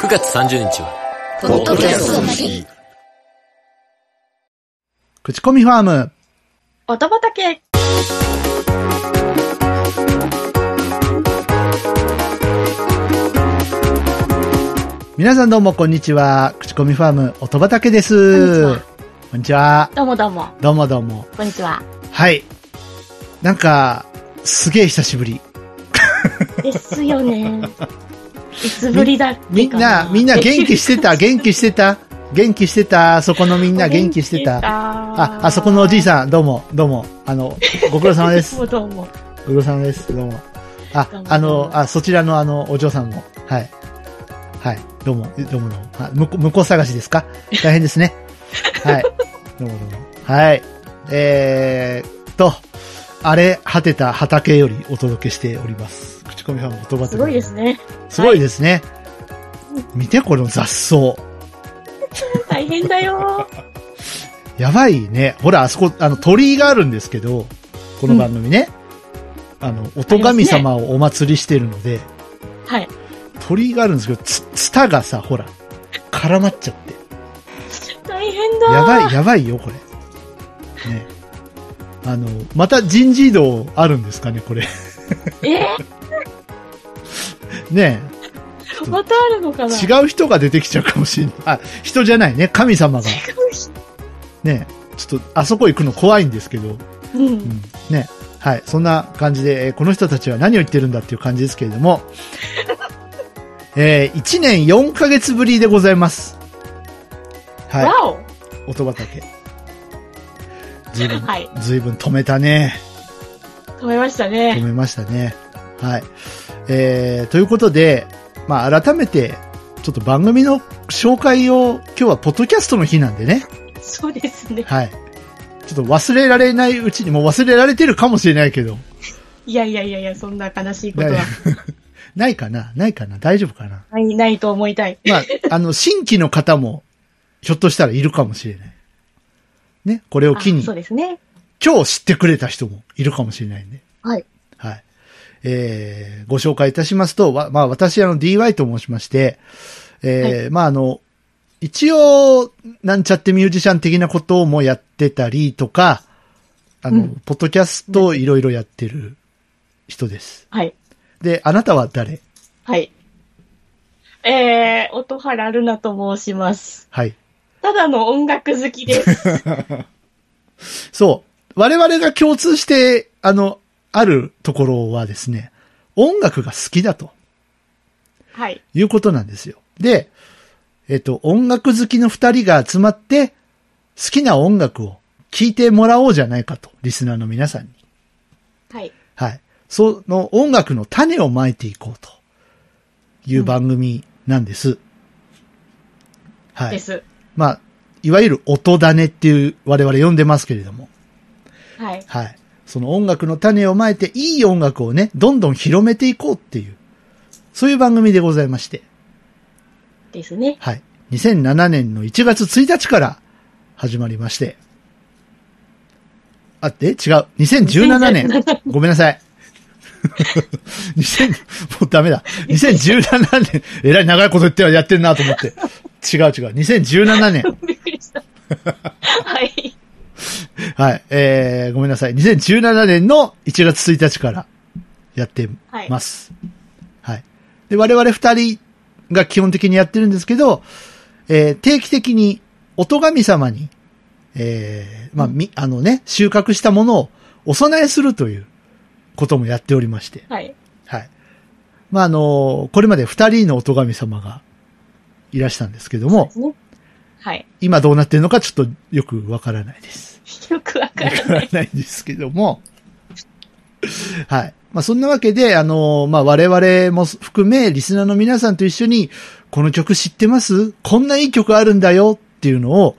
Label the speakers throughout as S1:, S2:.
S1: 9月30日は、
S2: ポッドキャストの日。
S3: 口コミファーム。
S4: 音畑
S3: 皆さんどうもこんにちは。口コミファーム、音畑で
S4: こんに
S3: す。こんにちは。
S4: どうもどうも、
S3: どうもどうも。
S4: こんにちは。
S3: はい。なんか、すげえ久しぶり。
S4: ですよ ね。いつぶりだっけか
S3: みんな、みんな元気 して た、元気してた、元気してた、そこのみんな元気してた。あ
S4: あ、
S3: あそこのおじいさん、どうも、どうも。あの、ご苦労様です
S4: どう。もどうも。
S3: ご苦労様です。どうも。あ
S4: どう、も
S3: あの、あ、そちらのあの、お嬢さんも。はい。はい。どうも、どうもどうも。あ向こう、向こう探しですか大変 ですね。はい。どうもどうも。はい。えーっと、あれ、果てた畑よりお届けしております。口コミファンの言葉
S4: すごいです。ね。
S3: すごいですね。見て、この雑草。
S4: 大変だよ。
S3: やばいね。ほら、あそこ、あの、鳥居があるんですけど、この番組ね。あの、音神様をお祭りしてるので、
S4: はい。
S3: 鳥居があるんですけど、つ、ツタがさ、ほら、絡まっちゃって。
S4: 大変だ。
S3: やばい、やばいよ、これ。ね。あの、また人事異動あるんですかね、これ。
S4: え
S3: ね
S4: ー、またあるのかな
S3: 違う人が出てきちゃうかもしれない。あ、人じゃないね、神様が。
S4: 違うし
S3: ね。ちょっと、あそこ行くの怖いんですけど。
S4: う。
S3: うんん。ね。はい。そんな感じで、えーこの人たちは何を言ってるんだっていう感じですけれども。えー、1年4ヶ月ぶりでございます。はい。
S4: わお
S3: 音畑。ずいぶん、
S4: はい
S3: ずいぶん止めたね。
S4: 止めました
S3: 止
S4: ね。
S3: めましたね。はい。えー、ということで、まあ、改めて、ちょっと番組の紹介を、今日はポッドキャストの日なんでね。
S4: そうですね。
S3: はい。ちょっと忘れられないうちに、もう忘れられてるかもしれないけど。
S4: いやいやいやいや、そんな悲しいこと
S3: な
S4: はい
S3: ないかなないかな大丈夫かな
S4: ないないと思いたい。
S3: まあ、あの、新規の方も、ひょっとしたらいるかもしれない。ね、これを機
S4: あ
S3: に
S4: そ、うですね。
S3: 今日知ってくれた人もいるかもしれないんで。
S4: はい。
S3: はい。えー、ご紹介いたしますと、わまあ私、あの、DY と申しまして、えーまああの、一応、なんちゃってミュージシャン的なこともやってたりとか、あの、
S4: うん
S3: ポッドキャストをいろいろやってる人です。
S4: はい。
S3: で、あなたは誰
S4: はい。えー、音原ルナと申します。
S3: はい。
S4: ただの音楽好きです。
S3: そう。我々が共通して、あの、あるところはですね、音楽が好きだと。
S4: はい。
S3: いうことなんですよ。で、えっと、音楽好きの二人が集まって、好きな音楽を聴いてもらおうじゃないかと、リスナーの皆さんに。
S4: はい。
S3: はい。その音楽の種をまいていこうという番組なんです。は
S4: で
S3: い。
S4: す。
S3: まあ、いわゆる音種っていう我々呼んでますけれども。
S4: はい。
S3: はい。その音楽の種をまいていい音楽をね、どんどん広めていこうっていう、そういう番組でございまして。
S4: ですね。
S3: はい。2007年の1月1日から始まりまして。あって違う。2017年。ごめんなさい。2000、もうダメだ。2017年。えらい長いこと言ってはやってんなと思って。違う違う。2017年。
S4: びっくりした。はい。
S3: はい。えー、ごめんなさい。2017年の1月1日からやってます。はい。で、我々二人が基本的にやってるんですけど、えー、定期的に、音神様に、えー、まあ、み、あのね、収穫したものをお供えするということもやっておりまして。
S4: はい。
S3: はい。まあ、あのこれまで二人の音神様がいらしたんですけども
S4: で、すね。はい。
S3: 今どうなってるのかちょっとよくわからないです。
S4: よくわか
S3: わ
S4: る。
S3: からないんですけども。はい。まあ、そんなわけで、あの、まあ、我々も含め、リスナーの皆さんと一緒に、この曲知ってますこんないい曲あるんだよっていうのを、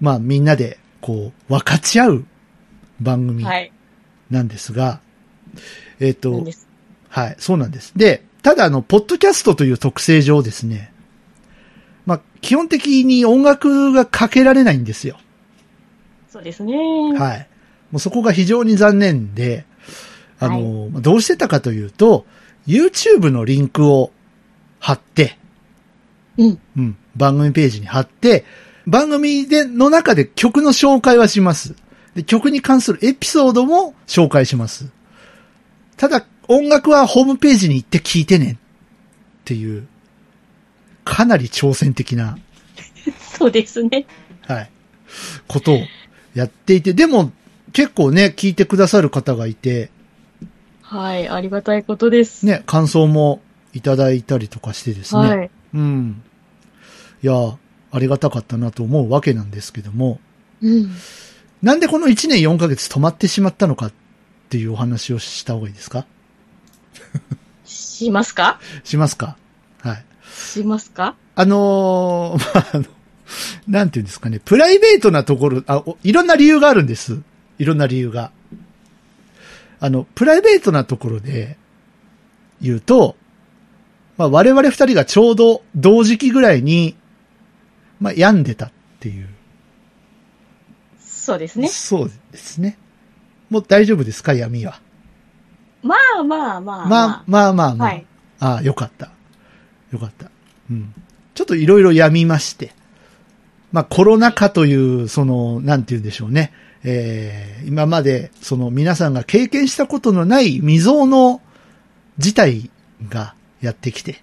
S3: まあ、みんなで、こう、分かち合う番 組
S4: はい。
S3: なんですが、えっ、
S4: なん
S3: と
S4: で、す。
S3: はい、そうなんです。で、ただ、あの、ポッドキャストという特性上ですね、まあ、基本的に音楽がかけられないんですよ。
S4: そうですね。
S3: はい。もうそこが非常に残念で、あの、どうしてたかというと、YouTube のリンクを貼って、
S4: うん。
S3: うん、番組ページに貼って、番組で、の中で曲の紹介はします。で、曲に関するエピソードも紹介します。ただ、音楽はホームページに行って聞いてね。っていう、かなり挑戦的な、
S4: そうですね。
S3: はい、ことをやっていて、でも、結構ね、聞いてくださる方がいて、
S4: はい。ありがたいことです。
S3: ね、感想もいただいたりとかしてですね。
S4: はい。
S3: うん。いや、ありがたかったなと思うわけなんですけども、
S4: うん。
S3: なんでこの1年4ヶ月止まってしまったのかっていうお話をした方がいいですか
S4: しますか
S3: しますかはい。
S4: しますか
S3: あのー、ま あ、あの、なんていうんですかね、プライベートなところ、あ、おいろんな理由があるんです。いろんな理由が。あの、プライベートなところで言うと、まあ、我々二人がちょうど同時期ぐらいに、まあ、病んでたっていう。
S4: そうですね。
S3: そうですね。もう大丈夫ですか闇は。
S4: まあまあま
S3: まあ、ま
S4: あ
S3: あまあ
S4: あ
S3: まあ。
S4: はい。
S3: ああ、よかった。よかった。うん。ちょっといろいろやみまして。まあ、コロナ禍という、その、なんて言うんでしょうね。えー、今まで、その皆さんが経験したことのない未曾有の事態がやってきて。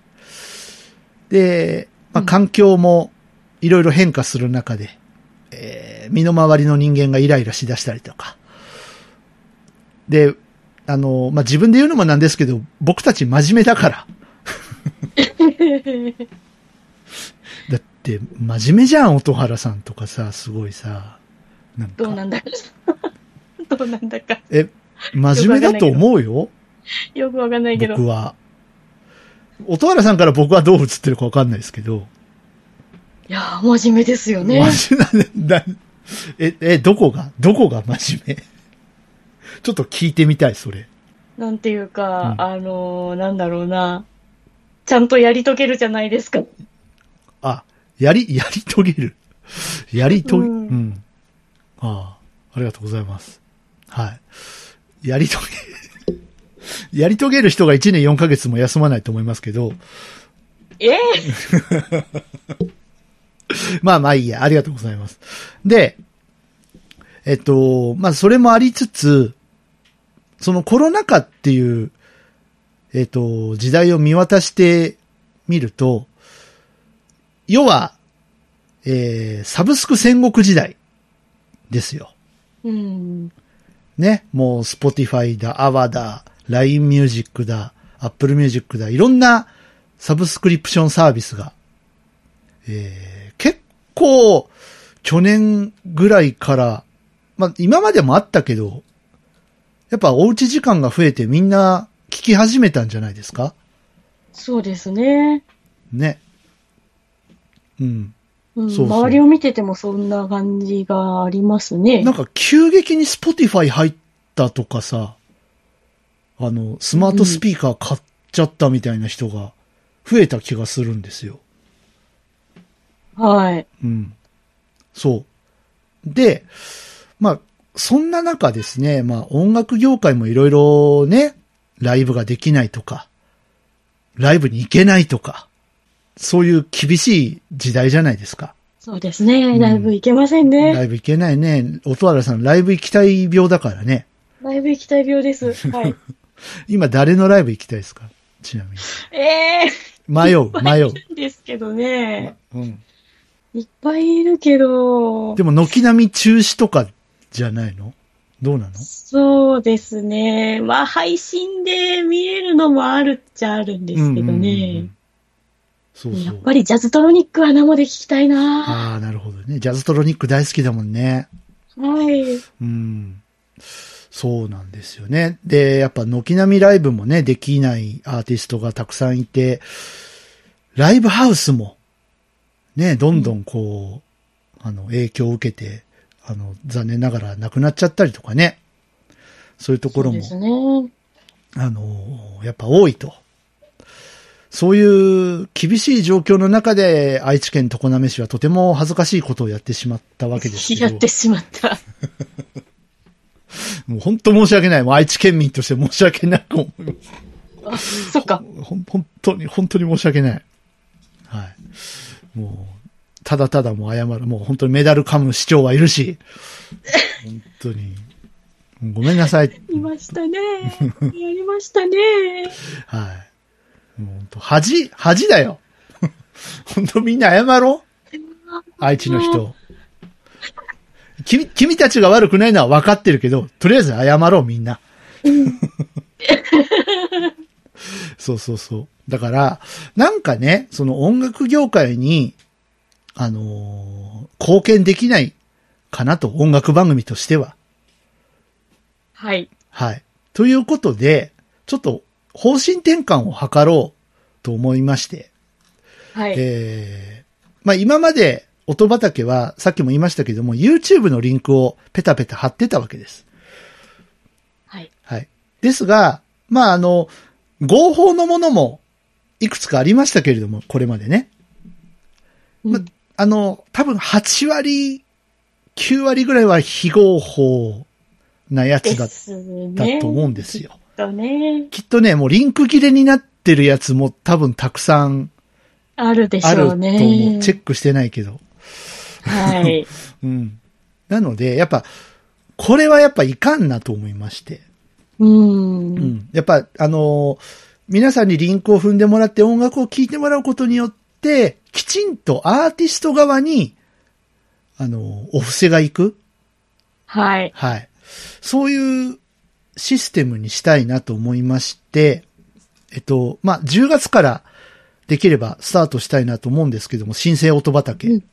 S3: で、まあ、
S4: うん
S3: 環境もいろいろ変化する中で、えー、身の回りの人間がイライラしだしたりとか。で、あの、まあ、自分で言うのもなんですけど、僕たち真面目だ から。だって、真面目じゃん、音原さんとかさ、すごいさ。なんか
S4: どうなんだか。 どうなんだか。
S3: え、真面目だと思うよ、
S4: よくわかんないけど。
S3: 僕は。音原さんから僕はどう映ってるかわかんないですけど。
S4: いやー、真面目ですよね。
S3: 真面目なんだえ、え、どこがどこが真面目ちょっと聞いてみたい、それ。
S4: なんていうか、
S3: うん
S4: あのー、なんだろうな。ちゃんとやり遂げるじゃないですか。
S3: あ、やり、やり遂げる。やり遂げ、う、
S4: うんん
S3: ああ、ありがとうございます。はい。やり遂げ、や り遂げる人が1年4ヶ月も休まないと思いますけど、
S4: ええ
S3: まあまあいいや、ありがとうございます。で、えっと、まあそれもありつつ、そのコロナ禍っていう、えっと、時代を見渡してみると、要は、えー、サブスク戦国時代ですよ。
S4: うん。
S3: ね、もう Spotify だ、アワだ、LINE Music だ、Apple Music だ、いろんなサブスクリプションサービスが、えー、結構、去年ぐらいから、まあ、今までもあったけど、やっぱおうち時間が増えてみんな聞き始めたんじゃないですか
S4: そうですね。
S3: ね。うん。
S4: うん、
S3: そうそう
S4: 周りを見ててもそんな感じがありますね
S3: なん。か急激に Spotify 入ったとかさ、あの、スマートスピーカー買っちゃったみたいな人が増えた気がするんですよ。
S4: はい。
S3: うん。そう。で、まあ、そんな中ですね、まあ音楽業界もいろいろね、ライブができないとか、ライブに行けないとか、そういう厳しい時代じゃないですか。
S4: そうですね。ライブ行けません
S3: ラ
S4: ね。
S3: イブ行けないね。音原さん、ライブ行きたい病だからね。
S4: ライブ行きたい病です。はい。
S3: 今誰のライブ行きたいですかちなみに。
S4: ええ
S3: 迷 う、迷う。
S4: ですけどね。
S3: うん、
S4: いっぱいいるけど
S3: で、も、軒並み中止とかじゃないのどうなの
S4: そうですね。まあ、配信で見れるのもあるっちゃあるんですけ
S3: う
S4: ど
S3: んうんう
S4: ね
S3: ん。そうそ
S4: やっ
S3: う。
S4: ぱりジャズトロニックは生で聞きたいな
S3: ああ、なるほどね。ジャズトロニック大好きだもんね。
S4: はい。
S3: うん。そうなんですよね。で、やっぱ軒並みライブもね、できないアーティストがたくさんいて、ライブハウスも、ね、どんどんこう、あの、影響を受けて、あの、残念ながらなくなっちゃったりとかね。そういうところも
S4: そうですね。
S3: あの、やっぱ多いと。そういう厳しい状況の中で愛知県常滑市はとても恥ずかしいことをやってしまったわけですけど。
S4: やってし まった。
S3: もう本当申し訳ない。もう愛知県民として申し訳なく思います。
S4: あそっか。
S3: ほん本当に、本当に申し訳ない。はい。もう、ただただもう謝る。もう本当にメダル噛む市長はいるし。本当に。ごめんなさい。
S4: いました ね。やりましたね。
S3: はい。もう本当恥、恥だよ。 本当みんな謝ろう。愛知の人。君、君たちが悪くないのは分かってるけど、とりあえず謝ろうみんな。そうそうそう。だから、なんかね、その音楽業界に、あのー貢献できないかなと、音楽番組としては。
S4: はい。
S3: はい。ということで、ちょっと方針転換を図ろうと思いまして、
S4: はい。
S3: えー、まあ今まで音畑はさっきも言いましたけども、YouTube のリンクをペタペタ貼ってたわけです。
S4: はい。
S3: はい。ですが、まああの、合法のものもいくつかありましたけれども、これまでね。
S4: う
S3: ま
S4: ん
S3: あの、多分8割、9割ぐらいは非合法なや
S4: で
S3: つだっ
S4: すね。
S3: たと思うんですよ。
S4: きっとね。
S3: きっとね、もうリンク切れになってるやつも多分たくさん
S4: あるでし
S3: ある
S4: ょ
S3: と
S4: う
S3: 思う。
S4: ね。
S3: チェックしてないけど。
S4: はい。
S3: うん。なので、やっぱ、これはやっぱいかんなと思いまして。
S4: うん。
S3: うん。やっぱ、あのー皆さんにリンクを踏んでもらって音楽を聴いてもらうことによって、きちんとアーティスト側に、あのーお布施がいく。
S4: はい。
S3: はい。そういうシステムにしたいなと思いまして、えっと、まあ、10月からできればスタートしたいなと思うんですけども、新生音畑。
S4: うん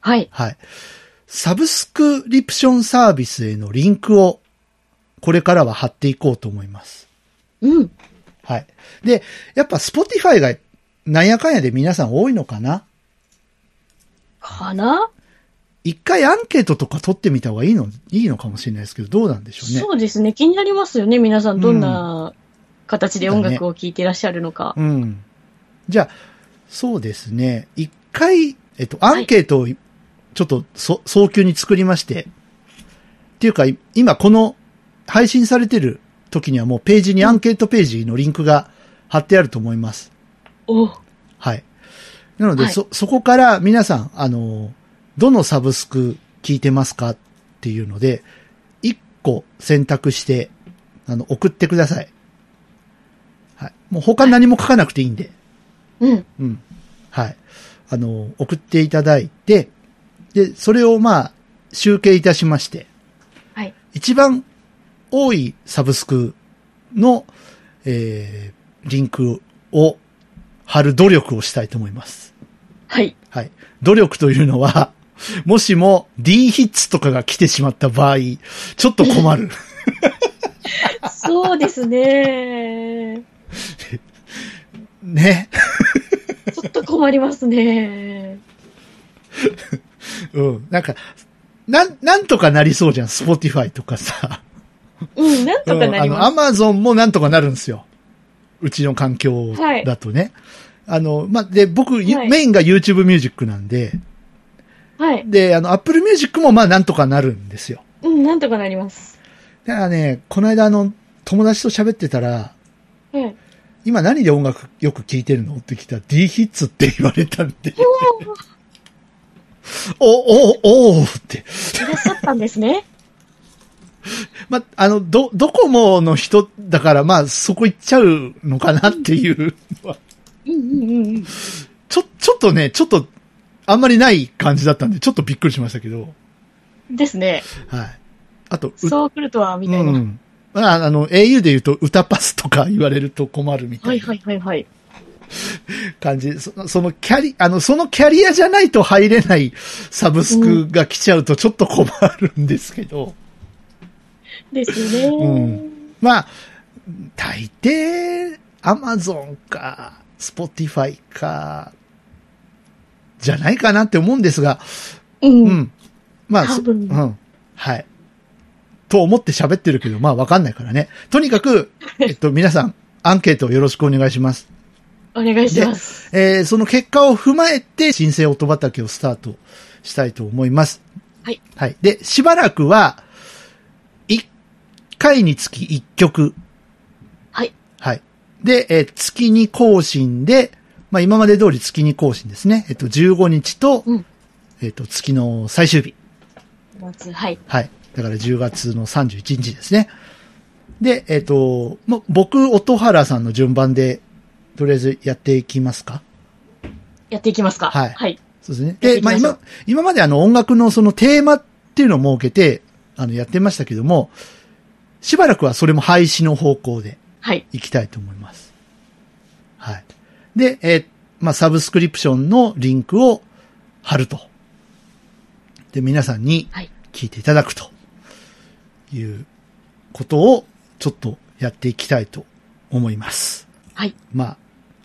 S4: はい。
S3: はい。サブスクリプションサービスへのリンクを、これからは貼っていこうと思います。
S4: うん。
S3: はい。で、やっぱ Spotify がなんやかんやで皆さん多いのかな
S4: かな、
S3: 一回アンケートとか取ってみた方がいいの、いいのかもしれないですけど、どうなんでしょうね。
S4: そうですね。気になりますよね。皆さん、どんな形で音楽を聴いていらっしゃるのか。
S3: うん。じゃあ、そうですね。一回、えっと、アンケートを、ちょっと、そ、早急に作りまして。っていうか、い今この、配信されてる時にはもうページにアンケートページのリンクが貼ってあると思います。
S4: お
S3: はい。なので、
S4: はい
S3: そ、そこから皆さん、あの、どのサブスク聞いてますかっていうので、一個選択して、あの、送ってください。はい。もう他何も書かなくていいんで。
S4: うん。
S3: うん。はい。あの、送っていただいて、で、それをまあ、集計いたしまして、
S4: はい。
S3: 一番多いサブスクの、えー、リンクを貼る努力をしたいと思います。
S4: はい。
S3: はい。努力というのは、 もしも D ヒッツとかが来てしまった場合、ちょっと困 る。
S4: そうです ね。
S3: ね。
S4: ちょっと困りますね。
S3: うん。なんか、なん、なんとかなりそうじゃん。Spotify とかさ。
S4: うん、なんとかなり
S3: うんあ
S4: ま
S3: の、アマゾンもなんとかなるんですよ。うちの環境
S4: はい
S3: だとね。あの、まあ、で、僕、ゆ
S4: はい
S3: メインが YouTube ミュージックなんで、
S4: す。はい。
S3: で、あの、Apple ミュージックもまあなんとかなるんですよ。
S4: うん、なんとかなります。
S3: だからね、この間あの、友達と喋ってたら、
S4: はい。
S3: 今何で音楽よく聴いてるのって来たら D ヒッツって言われたんで、お、お、おおって。
S4: いらっしゃったんですね。
S3: ま、あの、ど、ドコモの人だから、まあ、そこ行っちゃうのかなっていうのは
S4: うんうんうんうん。
S3: ちょ、ちょっとね、ちょっと、あんまりない感じだったんで、ちょっとびっくりしましたけど、
S4: ですね。
S3: はい。あと、う
S4: そう来るとは、み
S3: う
S4: たいな。
S3: ん。まあ、あの、au で言うと、歌パスとか言われると困るみた
S4: はいい
S3: な
S4: はいはいはい。
S3: 感じ、その、そのキャリ、あの、そのキャリアじゃないと入れないサブスクが来ちゃうとちょっと困るんですけど、
S4: ですね。
S3: うんまあ、大抵、アマゾンか、スポティファイか、じゃないかなって思うんですが、
S4: うん。
S3: うん。まあ、
S4: 多
S3: そう
S4: 分
S3: ん。はい。と思って喋ってるけど、まあわかんないからね。とにか く、えっと、皆さん、アンケートをよろしくお願いします。
S4: お願いします。
S3: えーその結果を踏まえて、新生音畑をスタートしたいと思います。
S4: はい。
S3: はい。で、しばらくは、1回につき1曲。
S4: はい。
S3: はい。で、えー月に更新で、まあ今まで通り月に更新ですね。えっと、15日と、
S4: うん
S3: えっと、月の最終日。
S4: 夏はい。
S3: はい。だから10月の31日ですね。で、えっ、と、ま、僕、音原さんの順番で、とりあえずやっていきますか
S4: やっていきますか。
S3: はい
S4: はい。
S3: そうですね。
S4: やっ
S3: で、
S4: ていき
S3: まあ、
S4: ましょう
S3: 今、今まであの音楽のそのテーマっていうのを設けて、あの、やってましたけども、しばらくはそれも廃止の方向で
S4: はい。
S3: いきたいと思います。はい。で、えーまあ、サブスクリプションのリンクを貼ると。で、皆さんに
S4: はい
S3: 聞いていただくということをちょっとやっていきたいと思います。
S4: はい。
S3: まあ、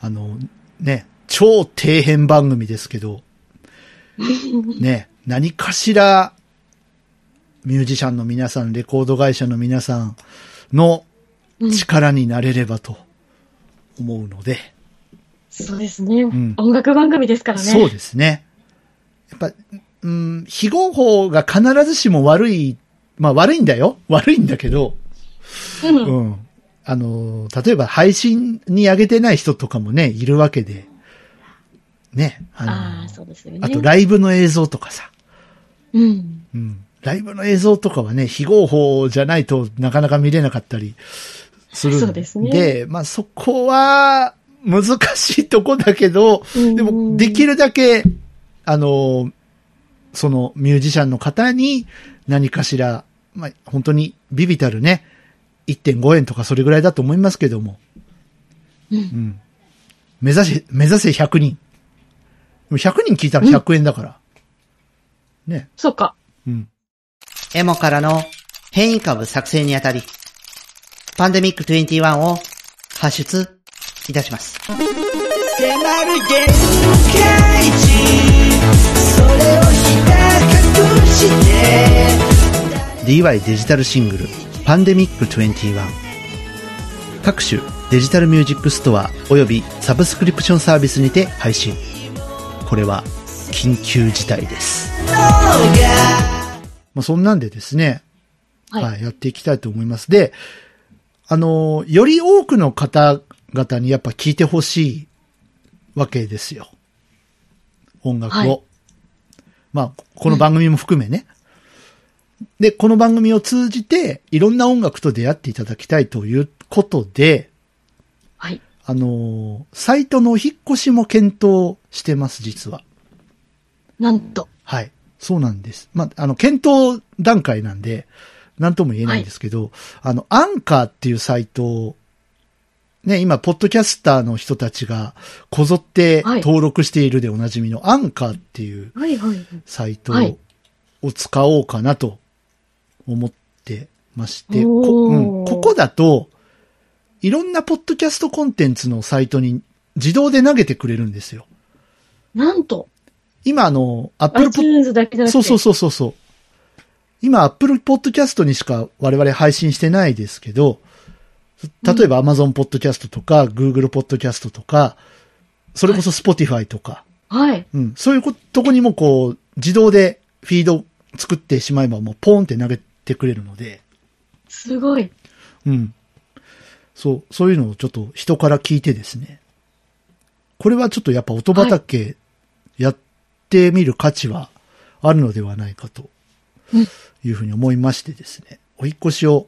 S3: あの、ね、超底辺番組ですけど、ね、何かしら、ミュージシャンの皆さん、レコード会社の皆さんの
S4: うん
S3: 力になれればと思うので、
S4: そうですね。
S3: ん
S4: 音楽番組ですからね。
S3: そうですね。やっぱ、うん、非合法が必ずしも悪い、まあ悪いんだよ。悪いんだけど、
S4: うん
S3: うん。あの、例えば配信に上げてない人とかもね、いるわけで、ね、あの、
S4: ああ、そうですよね。
S3: あとライブの映像とかさ、
S4: うん。
S3: うん。ライブの映像とかはね、非合法じゃないとなかなか見れなかったりするん
S4: そうですね
S3: で、まあそこは難しいとこだけど、
S4: うん
S3: でもできるだけ、あの、そのミュージシャンの方に何かしら、まあ本当にビビたるね、1.5円とかそれぐらいだと思いますけども、
S4: うん
S3: ん目指せ、目指せ100人。でも100人聞いたら100円だから。ね。
S4: そうか。
S3: うん。
S2: エモからの変異株作成にあたり、パンデミック21を発出いたします。
S1: 迫る限界値それをひた隠して
S3: DY デジタルシングル「パンデミック21」各種デジタルミュージックストアおよびサブスクリプションサービスにて配信これは緊急事態です、まあ、そんなんでですね、
S4: はい
S3: はい、やっていきたいと思いますであのより多くの方々にやっぱ聞いてほしいわけですよ音楽を、
S4: はい
S3: まあこの番組も含めね、で、この番組を通じて、いろんな音楽と出会っていただきたいということで、
S4: はい。
S3: あのーサイトのお引っ越しも検討してます、実は。
S4: なんと。
S3: はい。そうなんです。まあ、あの、検討段階なんで、なんとも言えないんですけど、あの、アンカーっていうサイトを、ね、今、ポッドキャスターの人たちが、こぞって
S4: はい
S3: 登録しているでおなじみの、アンカーっていう
S4: はいはい。
S3: サイト
S4: はい
S3: を使おうかなと思ってまして、
S4: おー
S3: こうんここだと、いろんなポッドキャストコンテンツのサイトに自動で投げてくれるんですよ。
S4: なんと。
S3: 今あの、アップルポ
S4: iTunes だけじゃなくて。
S3: そうそうそうそうそう。今、アップルポッドキャストにしか我々配信してないですけど、例えば Amazon ポッドキャストとか、Google ポッドキャストとか、それこそ Spotify とか、
S4: はい。
S3: うん、そういうことこにもこう、自動でフィード作ってしまえばもうポーンって投げてくれるので、
S4: すごい。
S3: うん。そう、そういうのをちょっと人から聞いてですね。これはちょっとやっぱ音畑やってみる価値はあるのではないかと
S4: うん
S3: いうふうに思いましてですね。お引っ越しを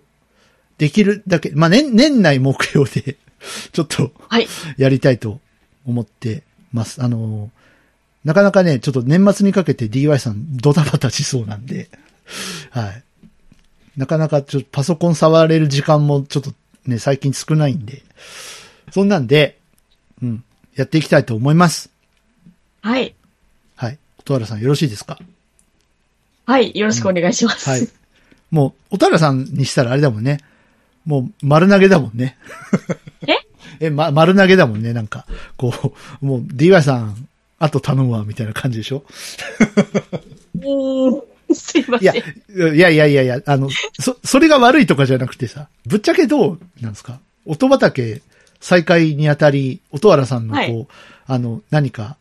S3: できるだけ、まあ、年、年内目標で ちょっと
S4: はい。
S3: やりたいと思ってます。あの、なかなかね、ちょっと年末にかけて DY さんドタバタしそうなんで、はい。なかなかちょっとパソコン触れる時間もちょっとね、最近少ないんで、そんなんで、うん、やっていきたいと思います。
S4: はい。
S3: はい。音原さんよろしいですか
S4: はい。よろしくお願いします。
S3: はい。 もう、音原さんにしたらあれだもんね。もう、丸投げだもんね。
S4: え
S3: え、ま、丸投げだもんね、なんか。こう、もう、DY さん、あと頼むわ、みたいな感じでしょ
S4: うーん。 すいま
S3: いや、
S4: せ
S3: い
S4: ん。
S3: やいやいやいや、あの、そ、それが悪いとかじゃなくてさ、ぶっちゃけどうなんですか音畑再開にあたり、音原さんのこう、
S4: はい
S3: あの、何か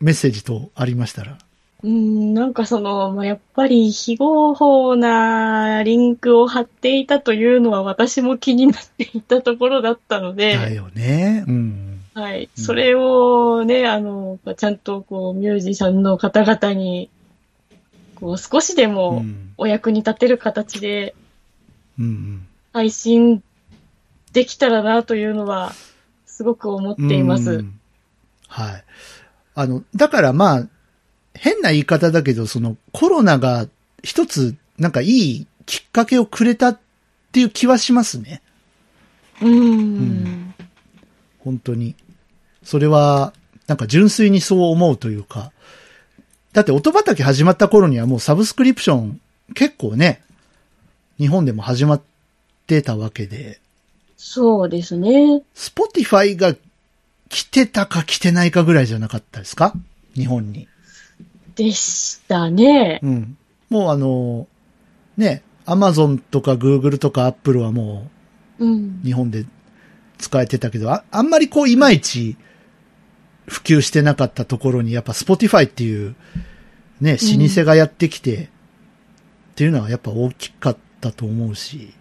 S3: メッセージとありましたら。
S4: うーん、なんかその、まあ、やっぱり非合法なリンクを貼っていたというのは私も気になっていたところだったので、
S3: だよね。うん。
S4: はい。それをね、あの、ちゃんとこう、ミュージシャンの方々に、こう、少しで
S3: う
S4: も
S3: ん。
S4: お役に立てる形で
S3: うんうん。
S4: 配信できたらなというのは、すごく思っていま
S3: う
S4: す。
S3: んはい。あの、だからまあ、変な言い方だけど、そのコロナが一つなんかいいきっかけをくれたっていう気はしますね。
S4: うん。
S3: ん本当に。それは、なんか純粋にそう思うというか。だって音畑始まった頃にはもうサブスクリプション結構ね、日本でも始まってたわけで、
S4: そうですね。
S3: スポティファイが来てたか来てないかぐらいじゃなかったですか日本に。
S4: でしたね。
S3: うん。もうあの、ね、アマゾンとかグーグルとかアップルはも
S4: うん
S3: う。日本で使えてたけど、ああんまりこういまいち普及してなかったところにやっぱ Spotify っていうね、老舗がやってきて、っていうのはやっぱ大きかったと思うし、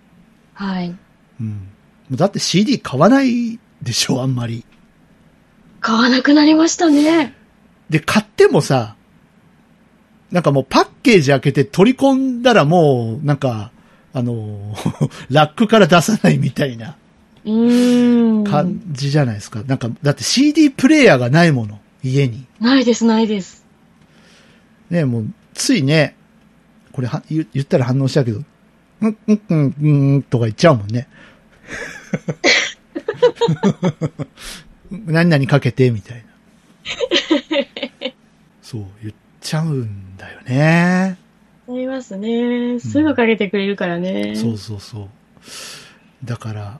S4: はい。
S3: うん。だって CD 買わないでしょ、あんまり。
S4: 買わなくなりましたね。
S3: で、買ってもさ、なんかもうパッケージ開けて取り込んだらもう、なんか、あの、 ラックから出さないみたいな
S4: うーん。
S3: 感じじゃないですか。なんか、だって CD プレイヤーがないもの、家に。
S4: ないです、ないです。
S3: ね、もう、ついね、これは言言ったら反応したけど、うん、うん、うん、うん、とか言っちゃうもんね。 何々かけて、みたいな。そう、言っちゃうんだよね。
S4: ありますね。すぐかけてくれるからね。
S3: そうそうそう。だから、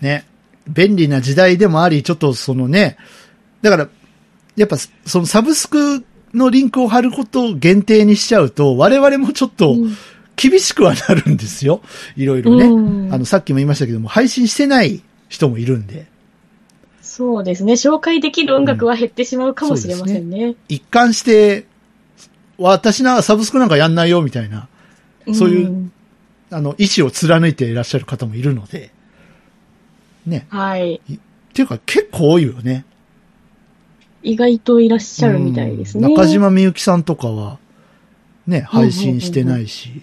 S3: ね、便利な時代でもあり、ちょっとそのね、だから、やっぱそのサブスクのリンクを貼ることを限定にしちゃうと、我々もちょっと
S4: うん
S3: 厳しくはなるんですよ。いろいろね。
S4: うん
S3: あの、さっきも言いましたけども、配信してない人もいるんで、
S4: そうですね。紹介できる音楽は減ってしまうかもしれませんね。
S3: 一貫して、私な、サブスクなんかやんないよ、みたいな、
S4: ん
S3: そういう。あの、意思を貫いていらっしゃる方もいるので、ね。
S4: はい。
S3: っていうか結構多いよね。
S4: 意外といらっしゃるみたいですね。
S3: うん中。島みゆきさんとかは、ね、配信してないし、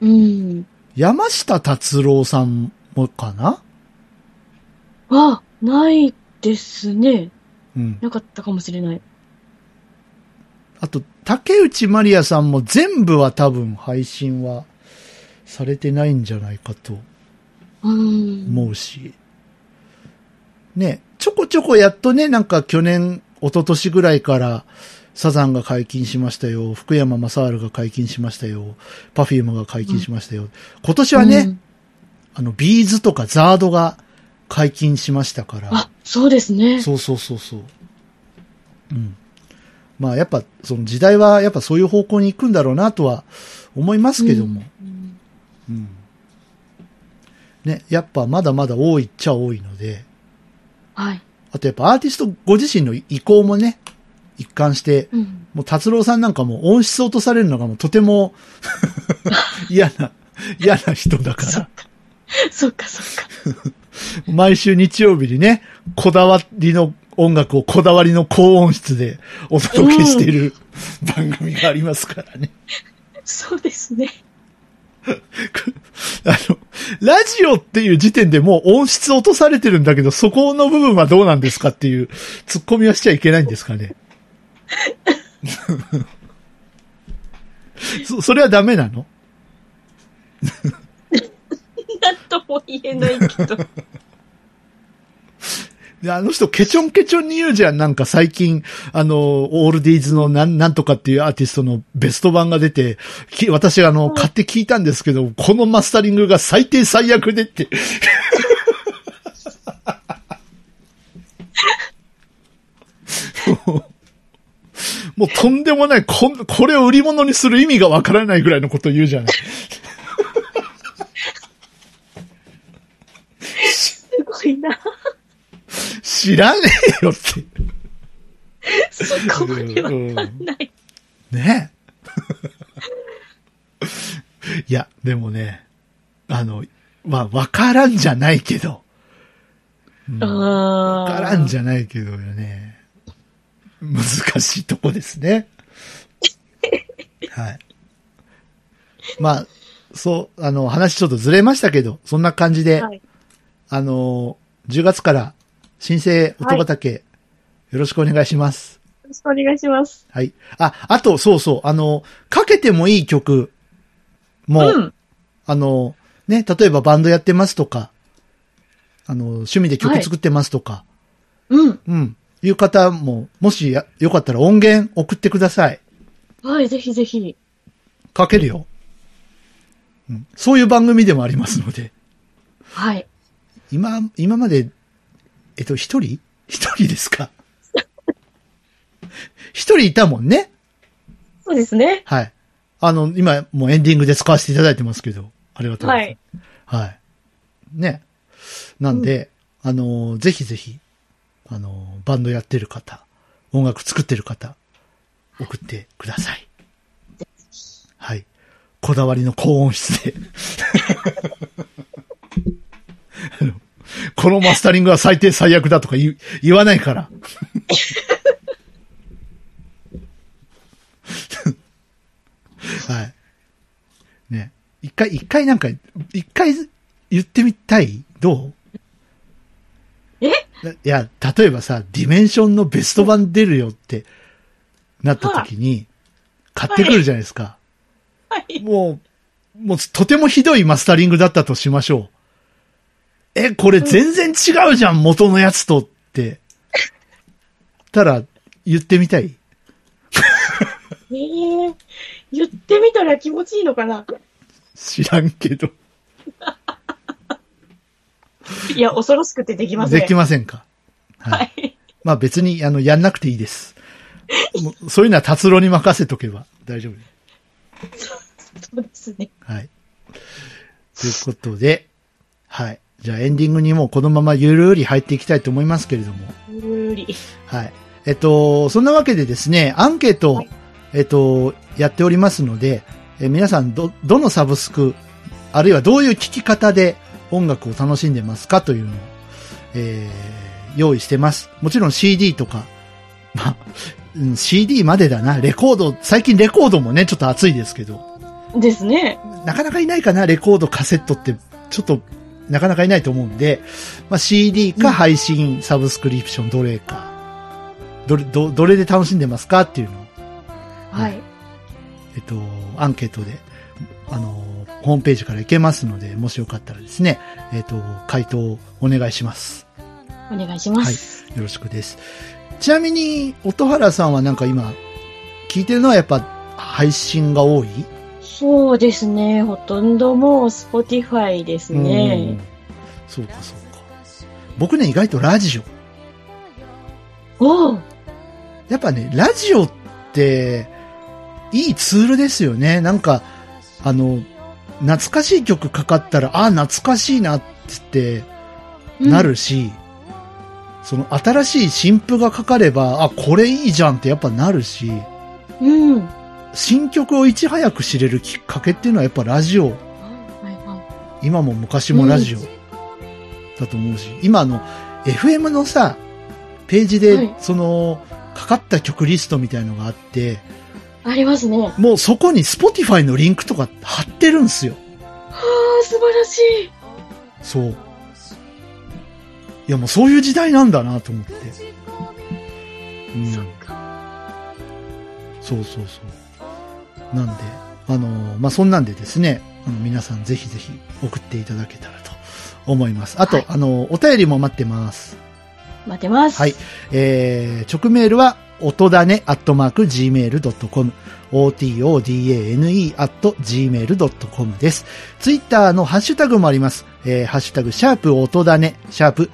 S4: うん。
S3: 山下達郎さんもかな
S4: あ、ないですね。
S3: うん。
S4: なかったかもしれない。
S3: あと、竹内まりやさんも全部は多分配信はされてないんじゃないかと
S4: うん。
S3: 思うし、ね、ちょこちょこやっとね、なんか去年、一昨年ぐらいから、サザンが解禁しましたよ。福山雅治が解禁しましたよ。パフュームが解禁しましたよ。今年はね、
S4: うん
S3: あの、ビーズとかザードが解禁しましたから
S4: あ。、そうですね。
S3: そうそうそうそう。うん。まあやっぱ、その時代はやっぱそういう方向に行くんだろうなとは思いますけども。
S4: うん
S3: うん。ね、やっぱまだまだ多いっちゃ多いので、
S4: はい。
S3: あとやっぱアーティストご自身の意向もね、一貫して、
S4: うん。
S3: もう達郎さんなんかも音質落とされるのがもうとても 嫌な、嫌な人だから。
S4: そっか。そっか、そっか。
S3: 毎週日曜日にね、こだわりの音楽をこだわりの高音質でお届けしている、番組がありますからね。
S4: そうですね。
S3: あの、ラジオっていう時点でもう音質落とされてるんだけど、そこの部分はどうなんですかっていう突っ込みはしちゃいけないんですかね。そ、それはダメなの
S4: なんとも言えないけど。
S3: であの人、ケチョンケチョンに言うじゃん。なんか最近、あの、オールディーズのなん、なんとかっていうアーティストのベスト版が出て、き私、あの、買って聞いたんですけど、このマスタリングが最低最悪でって。 もうとんでもない、こん、これを売り物にする意味がわからないぐらいのこと言うじゃない。
S4: すごい な。
S3: 知らねえよって。
S4: そこまでわかんない。
S3: ねえ。いや、でもね、あの、まあ、わからんじゃないけど、うん
S4: ああ。
S3: からんじゃないけどね。難しいとこです ね。はい。まあ、そう、あの、話ちょっとずれましたけど、そんな感じで、
S4: はい
S3: あの、10月から、新生音畑、よろしくお願いします。
S4: よろしくお願いします。
S3: はい。あ、あと、そうそう、あの、かけてもいい曲
S4: う
S3: も、
S4: ん。
S3: あの、ね、例えばバンドやってますとか、あの、趣味で曲作ってますとか、
S4: うん。
S3: うん。いう方も、もしやよかったら音源送ってください。
S4: はい、ぜひぜひ。
S3: かけるよ。うん。そういう番組でもありますので。
S4: はい。
S3: 今、今まで、えっと、一人一人です か一人いたもんね。
S4: そうですね。
S3: はい。あの、今、もうエンディングで使わせていただいてますけど、ありがとうございます。はい。ね。なんで、あの、ぜひぜひ、あの、バンドやってる方、音楽作ってる方、送ってください。はい。こだわりの高音質で。 あのこのマスタリングは最低最悪だとか言う言わないから。 はい。ね。一回、一回なんか、一回言ってみたいどう
S4: え
S3: ないや、例えばさ、ディメンションのベスト版出るよってなった時に、買ってくるじゃないですか。
S4: はい。
S3: もう、もうとてもひどいマスタリングだったとしましょう。え、これ全然違うじゃん、元のやつとって。たら、言ってみたい
S4: ええ言ってみたら気持ちいいのかな
S3: 知らんけど。
S4: いや、恐ろしくてできません。
S3: できませんか。はい。
S4: はい。
S3: まあ別に、あの、やんなくていいです。もうそういうのは達郎に任せとけば大丈夫です。
S4: そうですね。
S3: はい。ということで、はい。じゃあエンディングにもうこのままゆるり入っていきたいと思いますけれども。
S4: 無理。
S3: はい。えっと、そんなわけでですね、アンケートを、
S4: はい
S3: えっと、やっておりますので、えー皆さん、ど、どのサブスク、あるいはどういう聴き方で音楽を楽しんでますかというのを、えー用意してます。もちろん CD とか、まあ、うん CD までだな、レコード、最近レコードもね、ちょっと熱いですけど、
S4: ですね。
S3: なかなかいないかな、レコード、カセットって、ちょっと、なかなかいないと思うんで、まあ、CD か配信、サブスクリプション、どれか、どれ、ど、どれで楽しんでますかっていうのを、
S4: はい。
S3: えっと、アンケートで、あの、ホームページから行けますので、もしよかったらですね、えっと、回答をお願いします。
S4: お願いします。
S3: よろしくです。ちなみに、音原さんはなんか今、聞いてるのはやっぱ、配信が多い
S4: そうですね。ほとんどもう Spotify です
S3: う
S4: ね
S3: ん。そうか、そうか。僕ね、意外とラジオ。
S4: おう
S3: やっぱね、ラジオって、いいツールですよね。なんか、あの、懐かしい曲かかったら、ああ、懐かしいなって
S4: うん
S3: なるし、その新しい新譜がかかれば、あ、これいいじゃんってやっぱなるし、
S4: うん。は
S3: 新曲をいち早く知れるきっかけっていうのはやっぱラジオ、
S4: いは
S3: 今も昔もラジオだと思うし、今あの、FM のさ、ページで、
S4: はい
S3: その、かかった曲リストみたいのがあって、
S4: いありますね。
S3: もうそこに Spotify のリンクとか貼ってるんすよ。
S4: ああ、素晴らしい。
S3: そう。いやもうそういう時代なんだなと思って。うん。そうそうそうなんで、あのーまあ、そんなんでですね、あの皆さんぜひぜひ送っていただけたらと思います。あと、
S4: はい
S3: あのーお便りも待ってます。
S4: 待ってます。
S3: はい。えー、直メールは、音だね、アットマーク、gmail.com、otodane、アット、gmail.com です。ツイッターのハッシュタグもあります。えー、ハッシュタグ、シャープ、音だね、シャープ、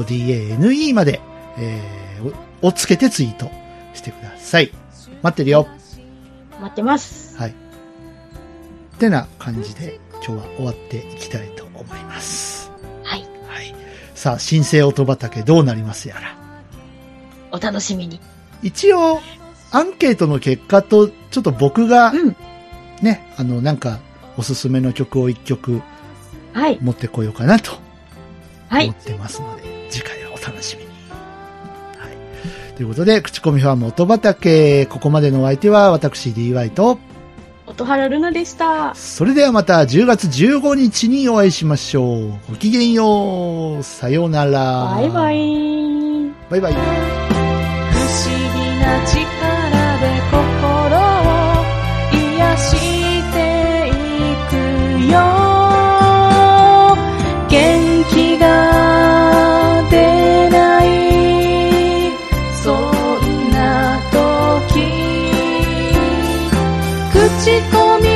S3: otodane まで、えー、ををつけてツイートしてください。待ってるよ。
S4: 待ってます。
S3: はい。ってな感じで、今日は終わっていきたいと思います。
S4: はい。
S3: はい。さあ、新生音畑どうなりますやら。
S4: お楽しみに。
S3: 一応、アンケートの結果と、ちょっと僕が
S4: うん。
S3: ね、あの、なんか、おすすめの曲を一曲
S4: はい。
S3: 持ってこようかなと
S4: はい
S3: 思ってますので、次回はお楽しみに。はい。ということで、口コミファーム音畑、ここまでのお相手は私 DY と、
S4: 音原ルナでした。
S3: それではまた10月15日にお会いしましょう。ごきげんよう。さようなら。
S4: バイバ。イ。
S3: バイバイ。
S5: 不思議な力で心を癒していくよ元気が出ないそんな時口コミ